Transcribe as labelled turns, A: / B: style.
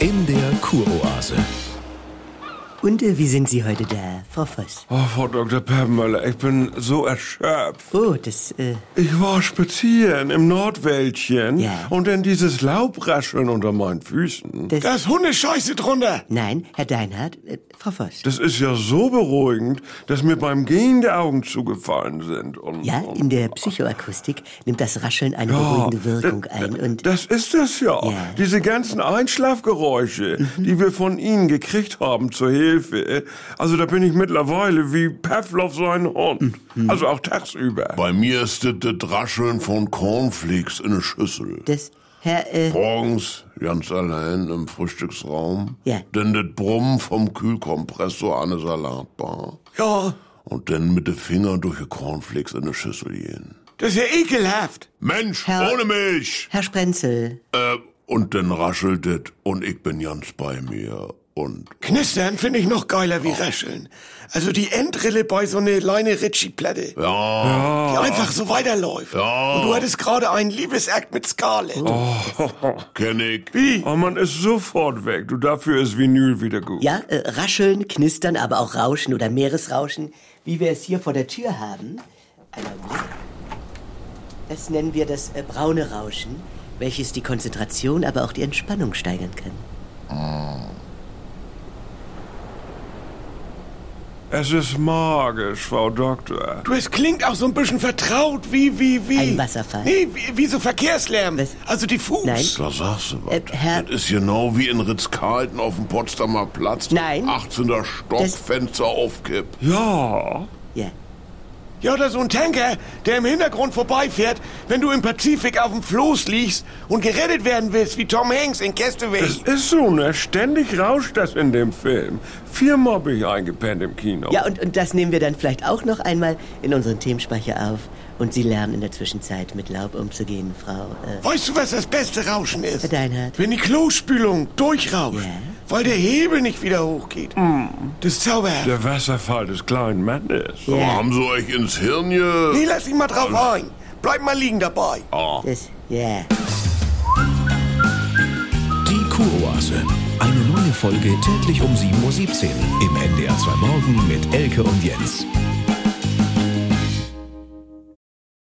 A: In der Kuroase.
B: Und äh, wie sind Sie heute da, Frau Voss?
C: Oh, Frau Dr. Peppenmöller, ich bin so erschöpft.
B: Oh, das, äh,
C: Ich war spazieren im Nordwäldchen
B: Ja.
C: und dann dieses Laubrascheln unter meinen Füßen.
B: Das-
C: da ist Hundescheiße drunter.
B: nein, Herr Deinhardt, äh, Frau Voss.
C: Das ist ja so beruhigend, dass mir beim Gehen die Augen zugefallen sind. Und,
B: Ja,
C: und
B: in der Psychoakustik nimmt das Rascheln eine beruhigende Wirkung ein und
C: Das ist es ja.
B: Ja. Mhm.
C: Diese ganzen Einschlafgeräusche, die wir von Ihnen gekriegt haben zur Hilfe. Also da bin ich mittlerweile wie Pavlov sein Hund.
B: Mhm.
C: Also auch tagsüber.
D: Bei mir ist das, das Rascheln von Cornflakes in der Schüssel.
B: das, Herr, äh,
D: Morgens ganz allein im Frühstücksraum.
B: Ja.
D: Dann das Brummen vom Kühlkompressor an der Salatbar.
C: Ja,
D: Und dann mit den Fingern durch die Cornflakes in die Schüssel gehen.
C: das ist ja ekelhaft.
D: Mensch,
B: Herr-
D: ohne Milch!
B: Herr Sprenzel,
D: Äh, und dann raschelt das und ich bin ganz bei mir. Und
C: Knistern finde ich noch geiler wie rascheln. Also die Endrille bei so einer Leine Ritchie-Platte,
D: ja,
C: die einfach so weiterläuft.
D: Ja.
C: Und du hattest gerade einen Liebesakt mit Scarlett. Oh.
D: kenn ich.
C: Wie? Oh, man ist sofort weg. Du, dafür ist Vinyl wieder gut.
B: ja, äh, Rascheln, Knistern, aber auch Rauschen oder Meeresrauschen, wie wir es hier vor der Tür haben. Einen Augenblick. Das nennen wir das äh, braune Rauschen, welches die Konzentration, aber auch die Entspannung steigern kann.
C: Es ist magisch, Frau Doktor.
E: Du, es klingt auch so ein bisschen vertraut, wie, wie, wie.
B: Ein Wasserfall.
E: Nee, wie, wie so Verkehrslärm.
B: Was?
E: Also diffus.
B: Nein.
D: Da sagst du was.
B: Äh, Herr-
D: das ist genau wie in Ritz-Carlton auf dem Potsdamer Platz.
B: Nein.
D: 18. Stock,
B: Das-
D: Fenster aufkipp.
C: Ja.
B: Ja.
E: Ja, oder so ein Tanker, der im Hintergrund vorbeifährt, wenn du im Pazifik auf dem Floß liegst und gerettet werden willst, wie Tom Hanks in Castaway.
C: Es ist so, ne? Ständig rauscht das in dem Film. Viermal bin ich eingepennt im Kino.
B: Ja, und, und das nehmen wir dann vielleicht auch noch einmal in unseren Themenspeicher auf. Und Sie lernen in der Zwischenzeit, mit Laub umzugehen, Frau. Äh,
E: Weißt du, was das beste Rauschen
B: Herr
E: ist?
B: Deinhardt.
E: Wenn die Klospülung durchrauscht,
B: Ja.
E: weil der Hebel nicht wieder hochgeht. Das ist zauberhaft.
C: Der Wasserfall des kleinen Mannes.
D: Sag mal, Haben sie euch ins Hirn ge...
E: Nee, lass dich mal drauf ein. Bleib mal liegen dabei.
B: Das, ja.
A: Die Kuroase. Eine neue Folge täglich um 7.17 Uhr im NDR 2 Morgen mit Elke und Jens.